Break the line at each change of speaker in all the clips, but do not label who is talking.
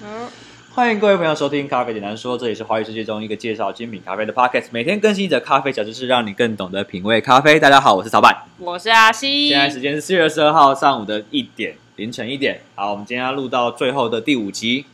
好，
欢迎各位朋友收听《咖啡简单说》，这里是华语世界中一个介绍精品咖啡的 podcast，每天更新一则咖啡小知识，让你更懂得品味咖啡。大家好，我是曹板。
我是阿西。
现在时间是四月十二号上午的一点，凌晨一点。好，我们今天要录到最后的第五集，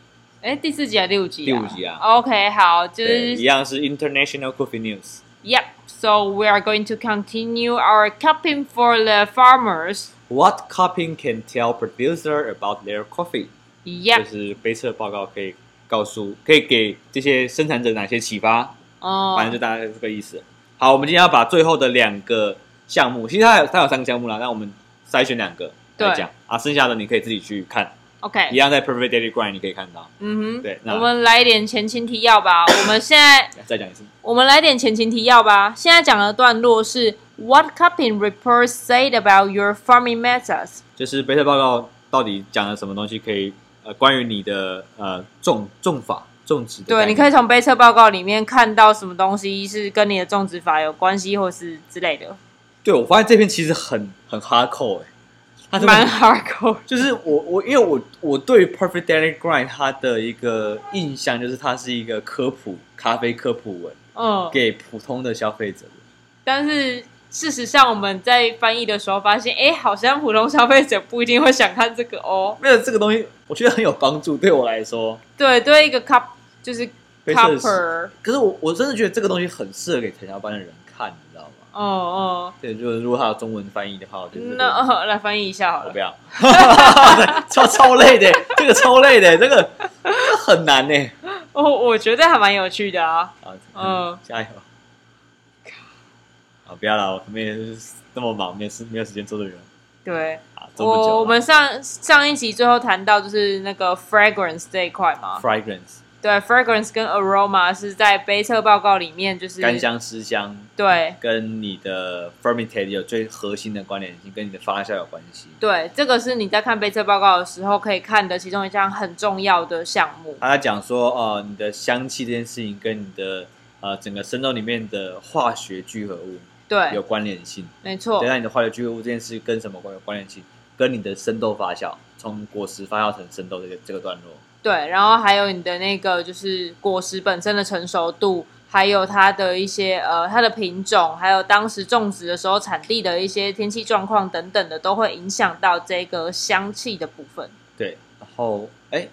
哎，第四集还是第五集、
第五集啊。
OK，好，就
对，
是
一样是 International Coffee News。
Yep. So we are going to continue our cupping for the farmers.
What cupping can tell producer about their coffee？、就
Yep.
是杯测报告可以告诉，可以给这些生产者哪些启发？
哦、
反正就大概是这个意思。好，我们今天要把最后的两个项目，其实它有它有三个项目啦，那我们筛选两个来讲啊，剩下的你可以自己去看，一
OK。
样在 Perfect Daily Grind 你可以看到。
嗯
对，
哼，
那
我们来一点前情提要吧。我们现在
再讲一次。
我们来点前情提要吧。现在讲的段落是 What cupping reports say about your farming methods？
就是贝特报告到底讲了什么东西，可以呃关于你的呃种种法种植的概
对，
念。
你可以从杯测报告里面看到什么东西是跟你的种植法有关系，或是之类的，
对我发现这篇其实很很 hardcore 哎、它真的
蛮
很
hardcore。
就是我我因为我我对于 Perfect Daily Grind 它的一个印象就是它是一个科普咖啡科普文，
嗯，
给普通的消费者的。
但是事实上我们在翻译的时候发现，哎，好像普通消费者不一定会想看这个哦。
没有这个东西，我觉得很有帮助，对我来说。
对，对，一个 cup 就是
杯测是
copper，
可是我我真的觉得这个东西很适合给承销班的人看，你知道吗？
哦哦，
对，就是如果它有中文翻译的话，我觉得这个
那、哦、来翻译一下好
我
了
不。要，超超累的，这个超累的，这个这个很难呢。
哦，我觉得还蛮有趣的啊。
啊，
嗯
加油！啊，不要了，我们也是那么忙，没有时没有时间做这个
对，
啊，做不久了。
我我们上上一集最后谈到就是那个 fragrance 这一块嘛，
fragrance
对，fragrance 跟 aroma 是在杯测报告里面就是
干香、湿香
对
跟你的 fermented 有最核心的关联性，跟你的发酵有关系。
对，这个是你在看杯测报告的时候可以看的其中一项很重要的项目。
他在讲说，呃，你的香气这件事情跟你的呃整个生豆里面的化学聚合物有
对，
关联性。
没错
对，，啊那你的化学聚合物这件事跟什么关有关联性？跟你的生豆发酵，从果实发酵成生豆这个这个段落。
对，然后还有你的那个就是果实本身的成熟度，还有它的一些呃它的品种，还有当时种植的时候产地的一些天气状况等等的，都会影响到这个香气的部分。
对，然后哎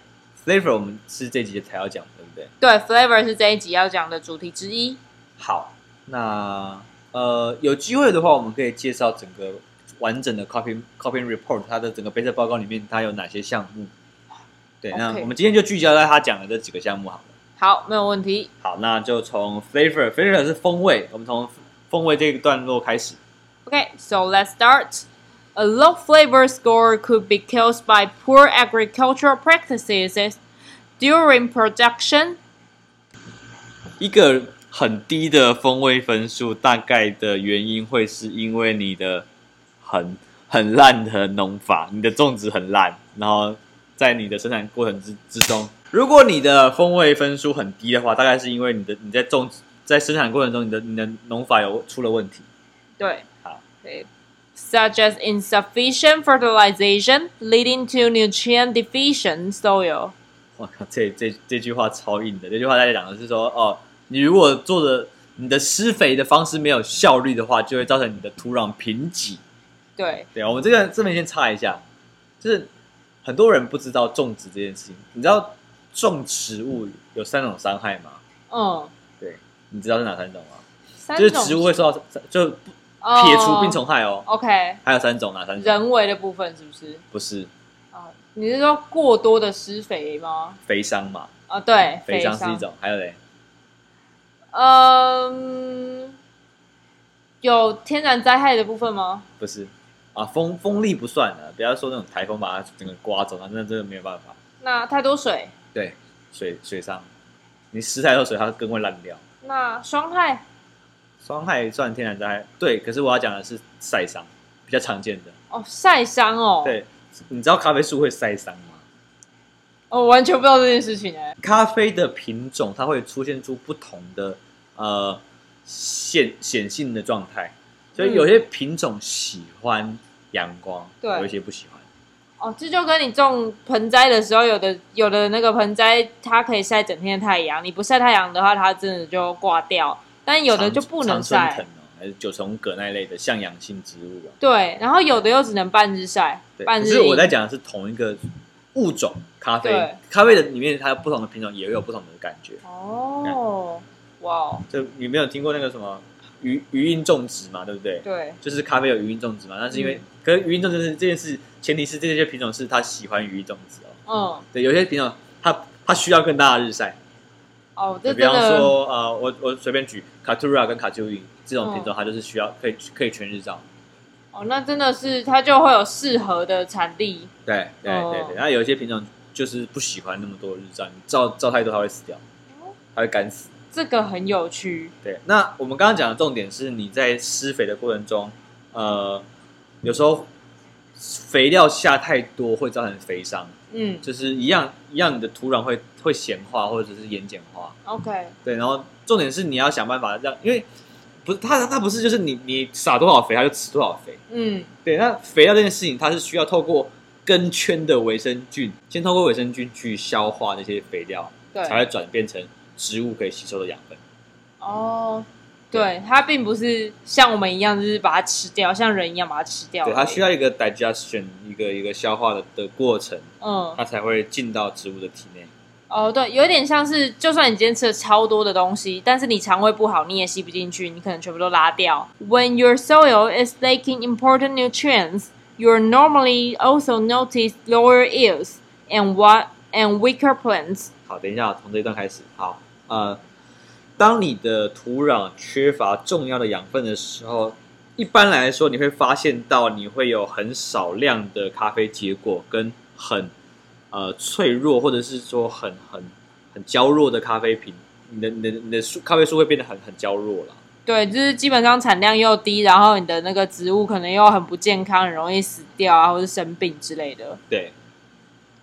，flavor 我们是这集才要讲，对不对？
对，flavor 是这一集要讲的主题之一。
好，那呃有机会的话，我们可以介绍整个完整的 copy copy report，它的整个杯测报告里面它有哪些项目。对，那
OK
我们今天就聚焦在他讲的这几个项目好了。
好，没有问题。
好，那就从 flavor flavor 是风味，我们从风味这个段落开始。
Okay, so let's start. A low flavor score could be caused by poor agricultural practices during production.
一个很低的风味分数，大概的原因会是因为你的很很烂的农法，你的种植很烂，然后在你的生产过程之之中，如果你的风味分数很低的话，大概是因为你的你在种植在生产过程中，你的你的农法有出了问题。
对，
好。
对 Such as insufficient fertilization leading to nutrient deficient soil.
我靠，这这这句话超硬的。这句话大家讲的是说，哦，你如果做的你的施肥的方式没有效率的话，就会造成你的土壤贫瘠。
对，
对啊，我们这个这边先插一下，就是很多人不知道种植这件事情。你知道种植物有三种伤害吗？
嗯，
对，你知道是哪三种吗？
三
就是
种
植物会受到，就
哦
撇除病虫害哦。
OK，
还有三种，哪三种？
人为的部分是不是？
不是
啊，你是说过多的施肥吗？
肥伤嘛？
啊，对，
肥伤
伤
是一种，还有嘞，
嗯，有天然灾害的部分吗？
不是啊，风风力不算啊，不要说那种台风把它整个刮走，那那真的没有办法。
那太多水，
对，水水伤，你湿太多水，它根会烂掉。
那霜害
伤害算天然灾害，对。可是我要讲的是晒伤，比较常见的。
哦，晒伤哦，，
对，你知道咖啡树会晒伤吗？
哦我完全不知道这件事情哎，
咖啡的品种它会出现出不同的呃显显性的状态，所以有些品种喜欢阳光，
嗯对
有一些不喜欢。
哦，这就跟你种盆栽的时候，有的有的那个盆栽它可以晒整天的太阳，你不晒太阳的话，它真的就挂掉。但有的就不能
长长春
晒
藤，哦，还是九重葛那一类的向阳性植物啊。
对，然后有的又只能半日晒，
对，
半
可
日
是我
阴
在讲的是同一个物种咖啡
对，
咖啡的里面它有不同的品种也会有不同的感觉。
哦，哇哦，
就你没有听过那个什么鱼鱼鹰种植嘛，对不对？
对，嗯
就是咖啡有鱼鹰种植嘛，但是因为、可是鱼鹰种植这件事，前提是这些品种是它喜欢鱼鹰种植哦。
嗯，
对，有些品种它它需要更大的日晒，
哦，这
比
真
方
的，
说呃，我我随便举卡图拉跟卡丘云这种品种，它就是需要可以可以全日照。
哦，那真的是它就会有适合的产地，
对对
哦
对对，然后有一些品种就是不喜欢那么多日照，你照照太多它会死掉，
哦
它会干死。
这个很有趣，
对，那我们刚刚讲的重点是你在施肥的过程中，呃，有时候肥料下太多会造成肥伤，
嗯
就是一样一样，你的土壤会会咸化或者是盐碱化。
，OK，
对，然后重点是你要想办法让，因为不是它它不是就是你你撒多少肥它就吃多少肥，
嗯，
对，那肥料这件事情，它是需要透过根圈的微生菌，先透过微生菌去消化那些肥料，才
对，
会转变成植物可以吸收的养分。
哦。对，它并不是像我们一样，就是把它吃掉，像人一样把它吃掉而已。
对，它需要一个 digestion，一个一个消化的的过程，
嗯，
它才会进到植物的体内。
哦，对，有点像是，就算你今天吃了超多的东西，但是你肠胃不好，你也吸不进去，你可能全部都拉掉。When your soil is lacking important nutrients, you'll normally also notice lower yields and what and weaker plants.
好，等一下，从这一段开始。好，呃，当你的土壤缺乏重要的养分的时候，一般来说你会发现到你会有很少量的咖啡结果，跟很呃脆弱或者是说很很很娇弱的咖啡品，你的你的你的树咖啡树会变得很很娇弱了。
对，就是基本上产量又低，然后你的那个植物可能又很不健康，很容易死掉啊，或者生病之类的。
对，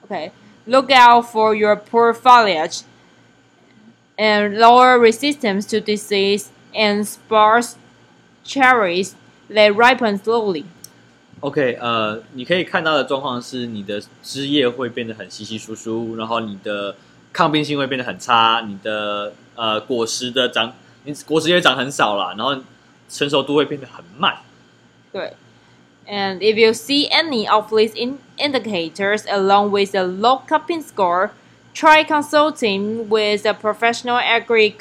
Okay, look out for your poor foliage and lower resistance to disease and sparse cherries that ripen slowly.
OK，呃，你可以看到的状况是，你的枝叶会变得很稀稀疏疏，然后你的抗病性会变得很差，你的呃果实的长，你果实也长很少啦，然后成熟度会变得很慢。
And if you see any of these in- indicators along with a low cupping score, try consulting with a professional agri-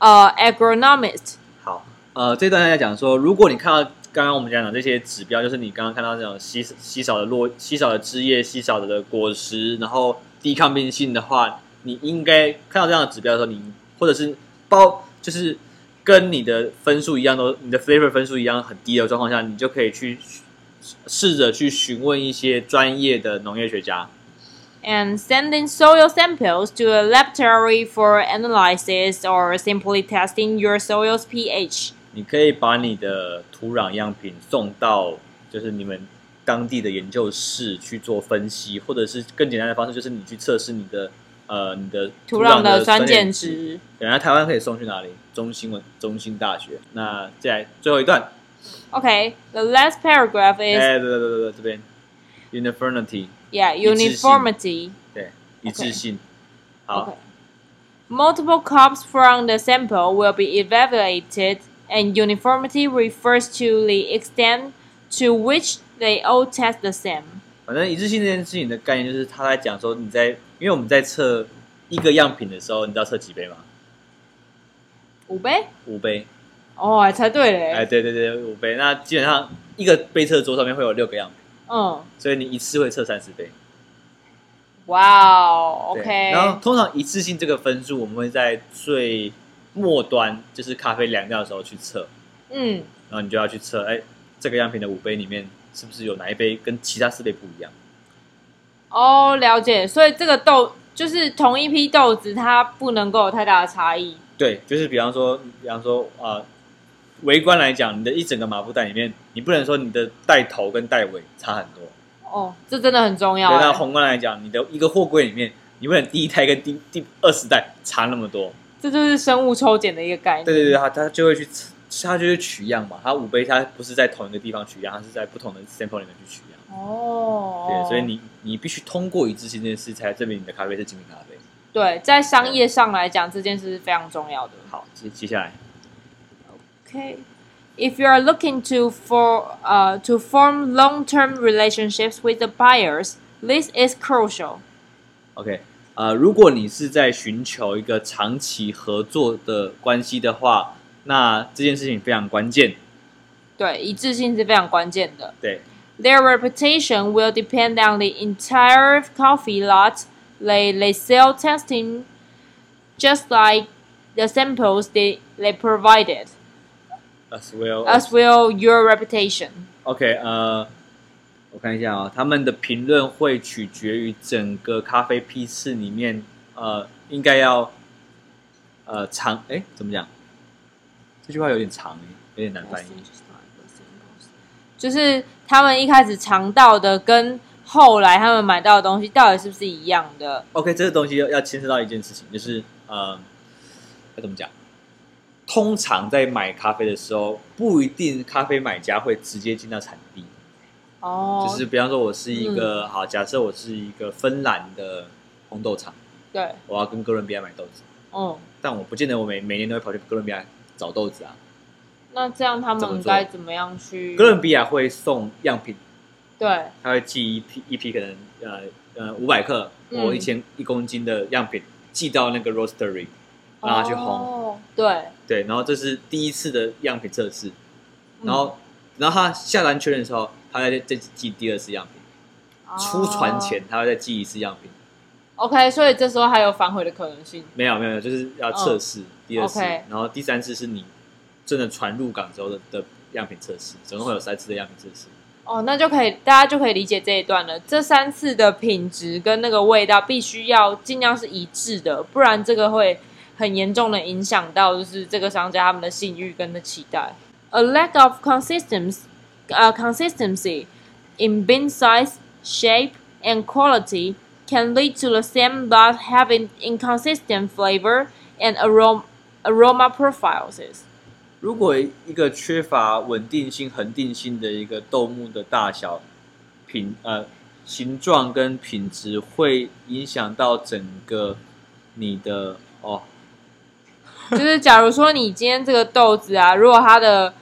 uh, agronomist.
好，呃，这段在讲说，如果你看到刚刚我们讲的这些指标，就是你刚刚看到这种稀稀少的落、稀少的枝叶、稀少的果实，然后低抗病性的话，你应该看到这样的指标的时候，你或者是包就是跟你的分数一样都，你的 flavor 分数一样很低的状况下，你就可以去试着去询问一些专业的农业学家。
and sending soil samples to a laboratory for analysis or simply testing your soil's pH.
你可以把你的土壤样品送到就是你们当地的研究室去做分析，或者是更简单的方式，就是你去测试你的呃你的
土壤的酸碱
碱。
值。
对然后台湾可以送去哪里？中兴文中兴大学。那再来最后一段，
Okay, the last paragraph
哎、
is
对对对对对，这边 uniformity
yeah,
一致性
uniformity.
对一致性。好
Okay. Multiple cups from the sample will be evaluated, and uniformity refers to the extent to which they all test the same.
反正一致性这件事情的概念就是他在讲说你在，因为我们在测一个样品的时候，你知道测几杯吗？
五杯？
五杯。
哦，还猜对嘞。
哎，对对对，五杯。那基本上一个杯测桌上面会有六个样品，
嗯，
所以你一次会测三十杯。
哇哦
对
，OK。
然后通常一次性这个分数，我们会在最末端，就是咖啡凉掉的时候去测，
嗯。
然后你就要去测，哎，这个样品的五杯里面是不是有哪一杯跟其他四杯不一样？
哦，了解。所以这个豆就是同一批豆子，它不能够有太大的差异。
对，就是比方说，比方说啊、呃围观来讲，你的一整个麻布袋里面，你不能说你的袋头跟袋尾差很多。
哦，这真的很重要
对，
欸、
那宏观来讲，你的一个货柜里面，你不能第一代跟第第二十代差那么多。
这就是生物抽检的一个概念。
对对对，他他就会去测他就是取样嘛，他五杯他不是在同一个地方取样，他是在不同的 sample 里面去取样。
哦，
对，所以你你必须通过一致性这件事，才证明你的咖啡是精品咖啡。
对在商业上来讲，这件事是非常重要的。
好，接接下来
Okay. If you are looking to for uh, to form long-term relationships with the buyers, this is crucial.
，OK，呃，如果你是在寻求一个长期合作的关系的话，那这件事情非常关键。
对，一致性是非常关键的。
对
Their reputation will depend on the entire coffee lot they they sell testing, just like the samples they they provided,
，as well
as will your reputation.
OK，呃，我看一下啊、他们的评论会取决于整个咖啡批次里面，呃，应该要，呃，长，哎，怎么讲？这句话有点长，有点难翻译。
就是他们一开始尝到的跟后来他们买到的东西到底是不是一样的？
OK，这个东西要要牵涉到一件事情，就是，呃，要怎么讲？通常在买咖啡的时候，不一定咖啡买家会直接进到产地，
哦，
就是比方说，我是一个、好，假设我是一个芬兰的红豆厂，
对，
我要跟哥伦比亚买豆子。
嗯，
但我不见得我每每年都会跑去哥伦比亚找豆子啊。
那这样他
怎么
们
做
该怎么样去？
哥伦比亚会送样品，
对，
他会寄一批一批可能呃呃五百克
嗯
或一千一公斤的样品寄到那个 roastery，让他去烘。
哦、对，
对，然后这是第一次的样品测试，
嗯
然后、然后他下单确认的时候，他再再寄第二次样品。
嗯
出船前他会再寄一次样品。
哦，OK，所以这时候还有反悔的可能性。
没有没有，没有就是要测试、第二次
哦 OK
然后第三次是你真的船入港之后的的样品测试，总共会有三次的样品测试。
哦，那就可以，大家就可以理解这一段了。这三次的品质跟那个味道必须要尽量是一致的，不然这个会很严重的影响到就是这个商家他们的信誉跟的期待。A lack of consistency, uh, consistency in bean size, shape, and quality can lead to the same lot having inconsistent flavor and aroma aroma profiles.
如果一个缺乏稳定性、恒定性的一个豆木的大小、品呃形状跟品质，会影响到整个你的哦，
就是假如说你今天这个豆子啊，如果它的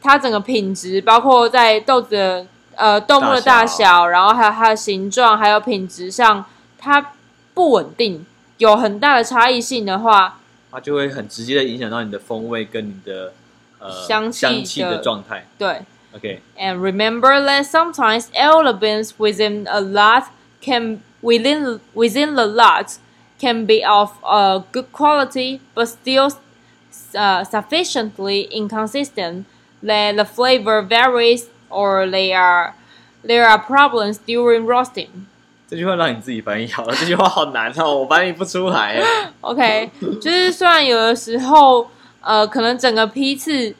它整个品质，包括在豆子的呃豆木的大
大
小，
小
然后还有它的形状，还有品质上，它不稳定，有很大的差异性的话，
它就会很直接的影响到你的风味跟你的呃
香气的
气的状态。
对。
OK，
And remember that sometimes all the beans within a lot can within within the lot can be of uh, good quality but still uh, sufficiently inconsistent that the flavor varies or they are there are problems during roasting.
这句话让你自己翻译好了，这句话好难哦，我翻译不 出来耶。
OK，就是虽然有的时候，呃，可能整个批次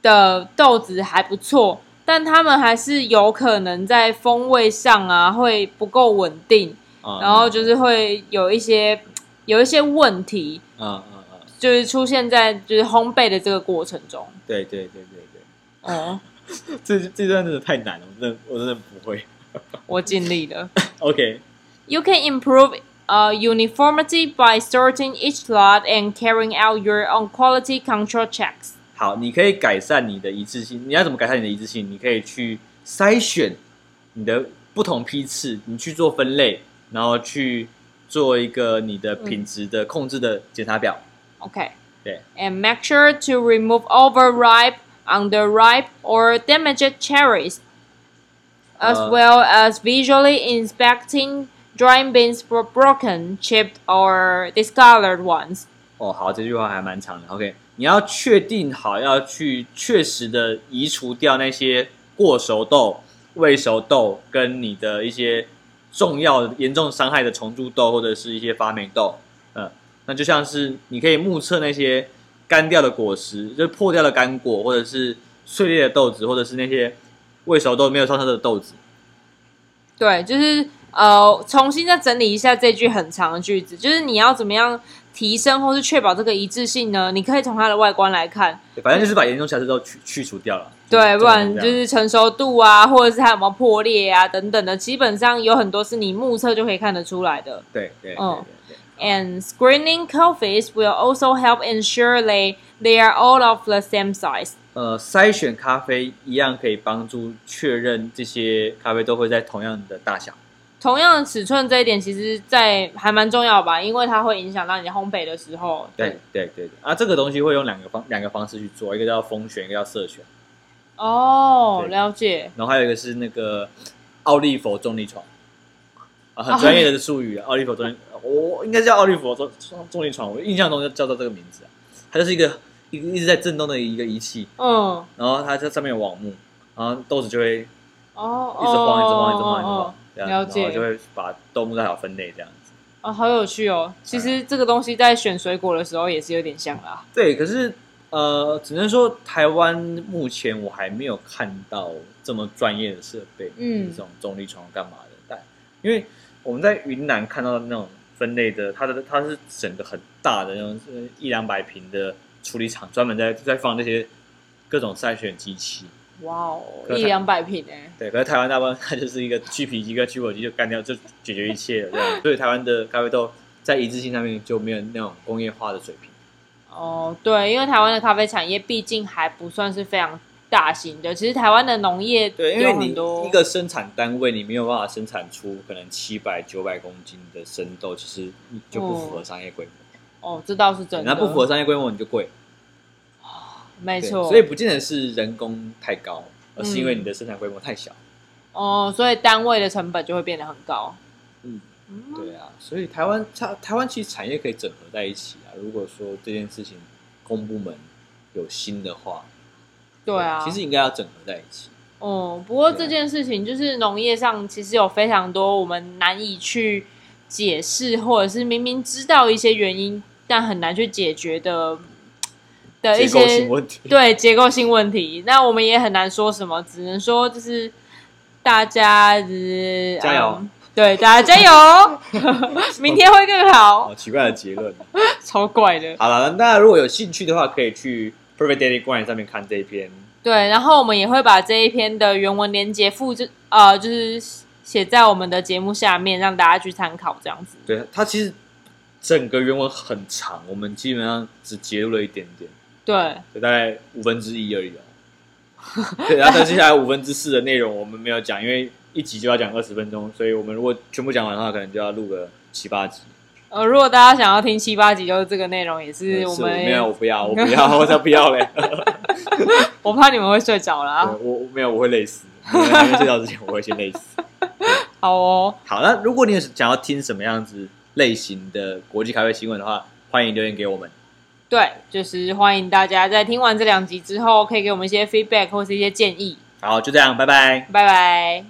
的豆子还不错，但他们还是有可能在风味上啊会不够稳定，
嗯
然后就是会有一些有一些问题，
嗯嗯嗯，
就是出现在就是烘焙的这个过程中。
对对对对对，
哦，
这这段真的太难了，我真的我真的不会。
我尽力了。
OK，
You can improve uh, uniformity by sorting each lot and carrying out your own quality control checks.
好，你可以改善你的一致性。你要怎么改善你的一致性？你可以去筛选你的不同批次，你去做分类，然后去做一个你的品质的控制的检查表。
Okay.
对
And make sure to remove overripe, underripe, or damaged cherries, as
Uh,
well as visually inspecting drying beans for broken, chipped, or discolored ones.
哦，好，这句话还蛮长的。OK，你要确定好要去确实的移除掉那些过熟豆、未熟豆跟你的一些重要严重伤害的重蛀豆或者是一些发霉豆。嗯，那就像是你可以目测那些干掉的果实，就是破掉的干果，或者是碎裂的豆子，或者是那些未熟豆没有上色的豆子。
对，就是呃，重新再整理一下这句很长的句子，就是你要怎么样提升或是确保这个一致性呢？你可以从它的外观来看，
对反正就是把严重瑕疵都去去除掉了。
对，
就
不然
这
就
样
是成熟度啊，或者是它有没有破裂啊等等的，基本上有很多是你目测就可以看得出来的。
对对对
嗯
对对
and screening coffees will also help ensure they, they are all of the same size.
呃，筛选咖啡一样可以帮助确认这些咖啡豆会在同样的大小。
同样的尺寸这一点，其实在还蛮重要吧，因为它会影响到你烘焙的时候。
对，对对对，啊，这个东西会用两个方两个方式去做，一个叫风选，一个叫色选，
哦，
对
了解。
然后还有一个是那个奥利佛重力床，啊，
哦
很专业的术语啊，奥利佛重力，我、应该叫奥利佛重重重力床，我印象中就叫做这个名字啊，它就是一个一个一直在震动的一个仪器，
嗯，
然后它在上面有网目，然后豆子就会一直
哦，
晃，
哦
一直晃，一直晃，一直
哦
晃，这样，
了
然
解
后就会把豆目大小分类这样子。
哦，好有趣哦！其实这个东西在选水果的时候也是有点像啦。
对，可是呃，只能说台湾目前我还没有看到这么专业的设备，
嗯
这种重力床干嘛的？但因为我们在云南看到的那种分类的，它的它是整个很大的那种呃一两百平的处理厂，专门在在放这些各种筛选机器。
哇哦，
可是
一
它
两百瓶哎，
对，可是台湾大部分它就是一个去皮机跟去火机就干掉，就解决一切了这样。所以台湾的咖啡豆在一致性上面就没有那种工业化的水平。
哦，对，因为台湾的咖啡产业毕竟还不算是非常大型的，其实台湾的农业
对，因为
有
你
很多
一个生产单位，你没有办法生产出可能七百、九百公斤的生豆，其实你就不符合商业规模。
哦，这倒是嗯真的，
哎那不符合商业规模，你就贵。
没
对
错，嗯
所以不见得是人工太高，而是因为你的生产规模太小。
哦，所以单位的成本就会变得很高。
嗯，
嗯，
对啊，所以台湾它台湾其实产业可以整合在一起啊。如果说这件事情公部门有心的话，
对啊，
其实应该要整合在一起。
哦，不过
对啊
这件事情就是农业上其实有非常多我们难以去解释，或者是明明知道一些原因，但很难去解决的呃的一
结构
些
性问题，
对结构性问题。那我们也很难说什么，只能说就是大家呃
加油
嗯对，大家加 油， 明天会更好
好，奇怪的结论。
超怪的。
好了，那如果有兴趣的话，可以去 Perfect Daily Grind 上面看这一篇。
对，然后我们也会把这一篇的原文连接附就呃，就是写在我们的节目下面，让大家去参考这样子。
对，它其实整个原文很长，我们基本上只截录了一点点，
对，
就大概五分之一 而已哦。对，然后但接下来五分之四的内容我们没有讲，因为一集就要讲二十分钟，所以我们如果全部讲完的话，可能就要录个七八集。
呃，如果大家想要听七八集，就是这个内容，也是我
是
们
没有，我不 要，我不要，我才不要嘞！
我怕你们会睡着
我
啦。
我没有，我会累死。我还没睡觉之前，我会先累死。
好哦，
好，那如果你有想要听什么样子类型的国际咖啡新闻的话，欢迎留言给我们。
对，就是欢迎大家在听完这两集之后，可以给我们一些 feedback 或是一些建议。
好，就这样，拜拜。
拜拜。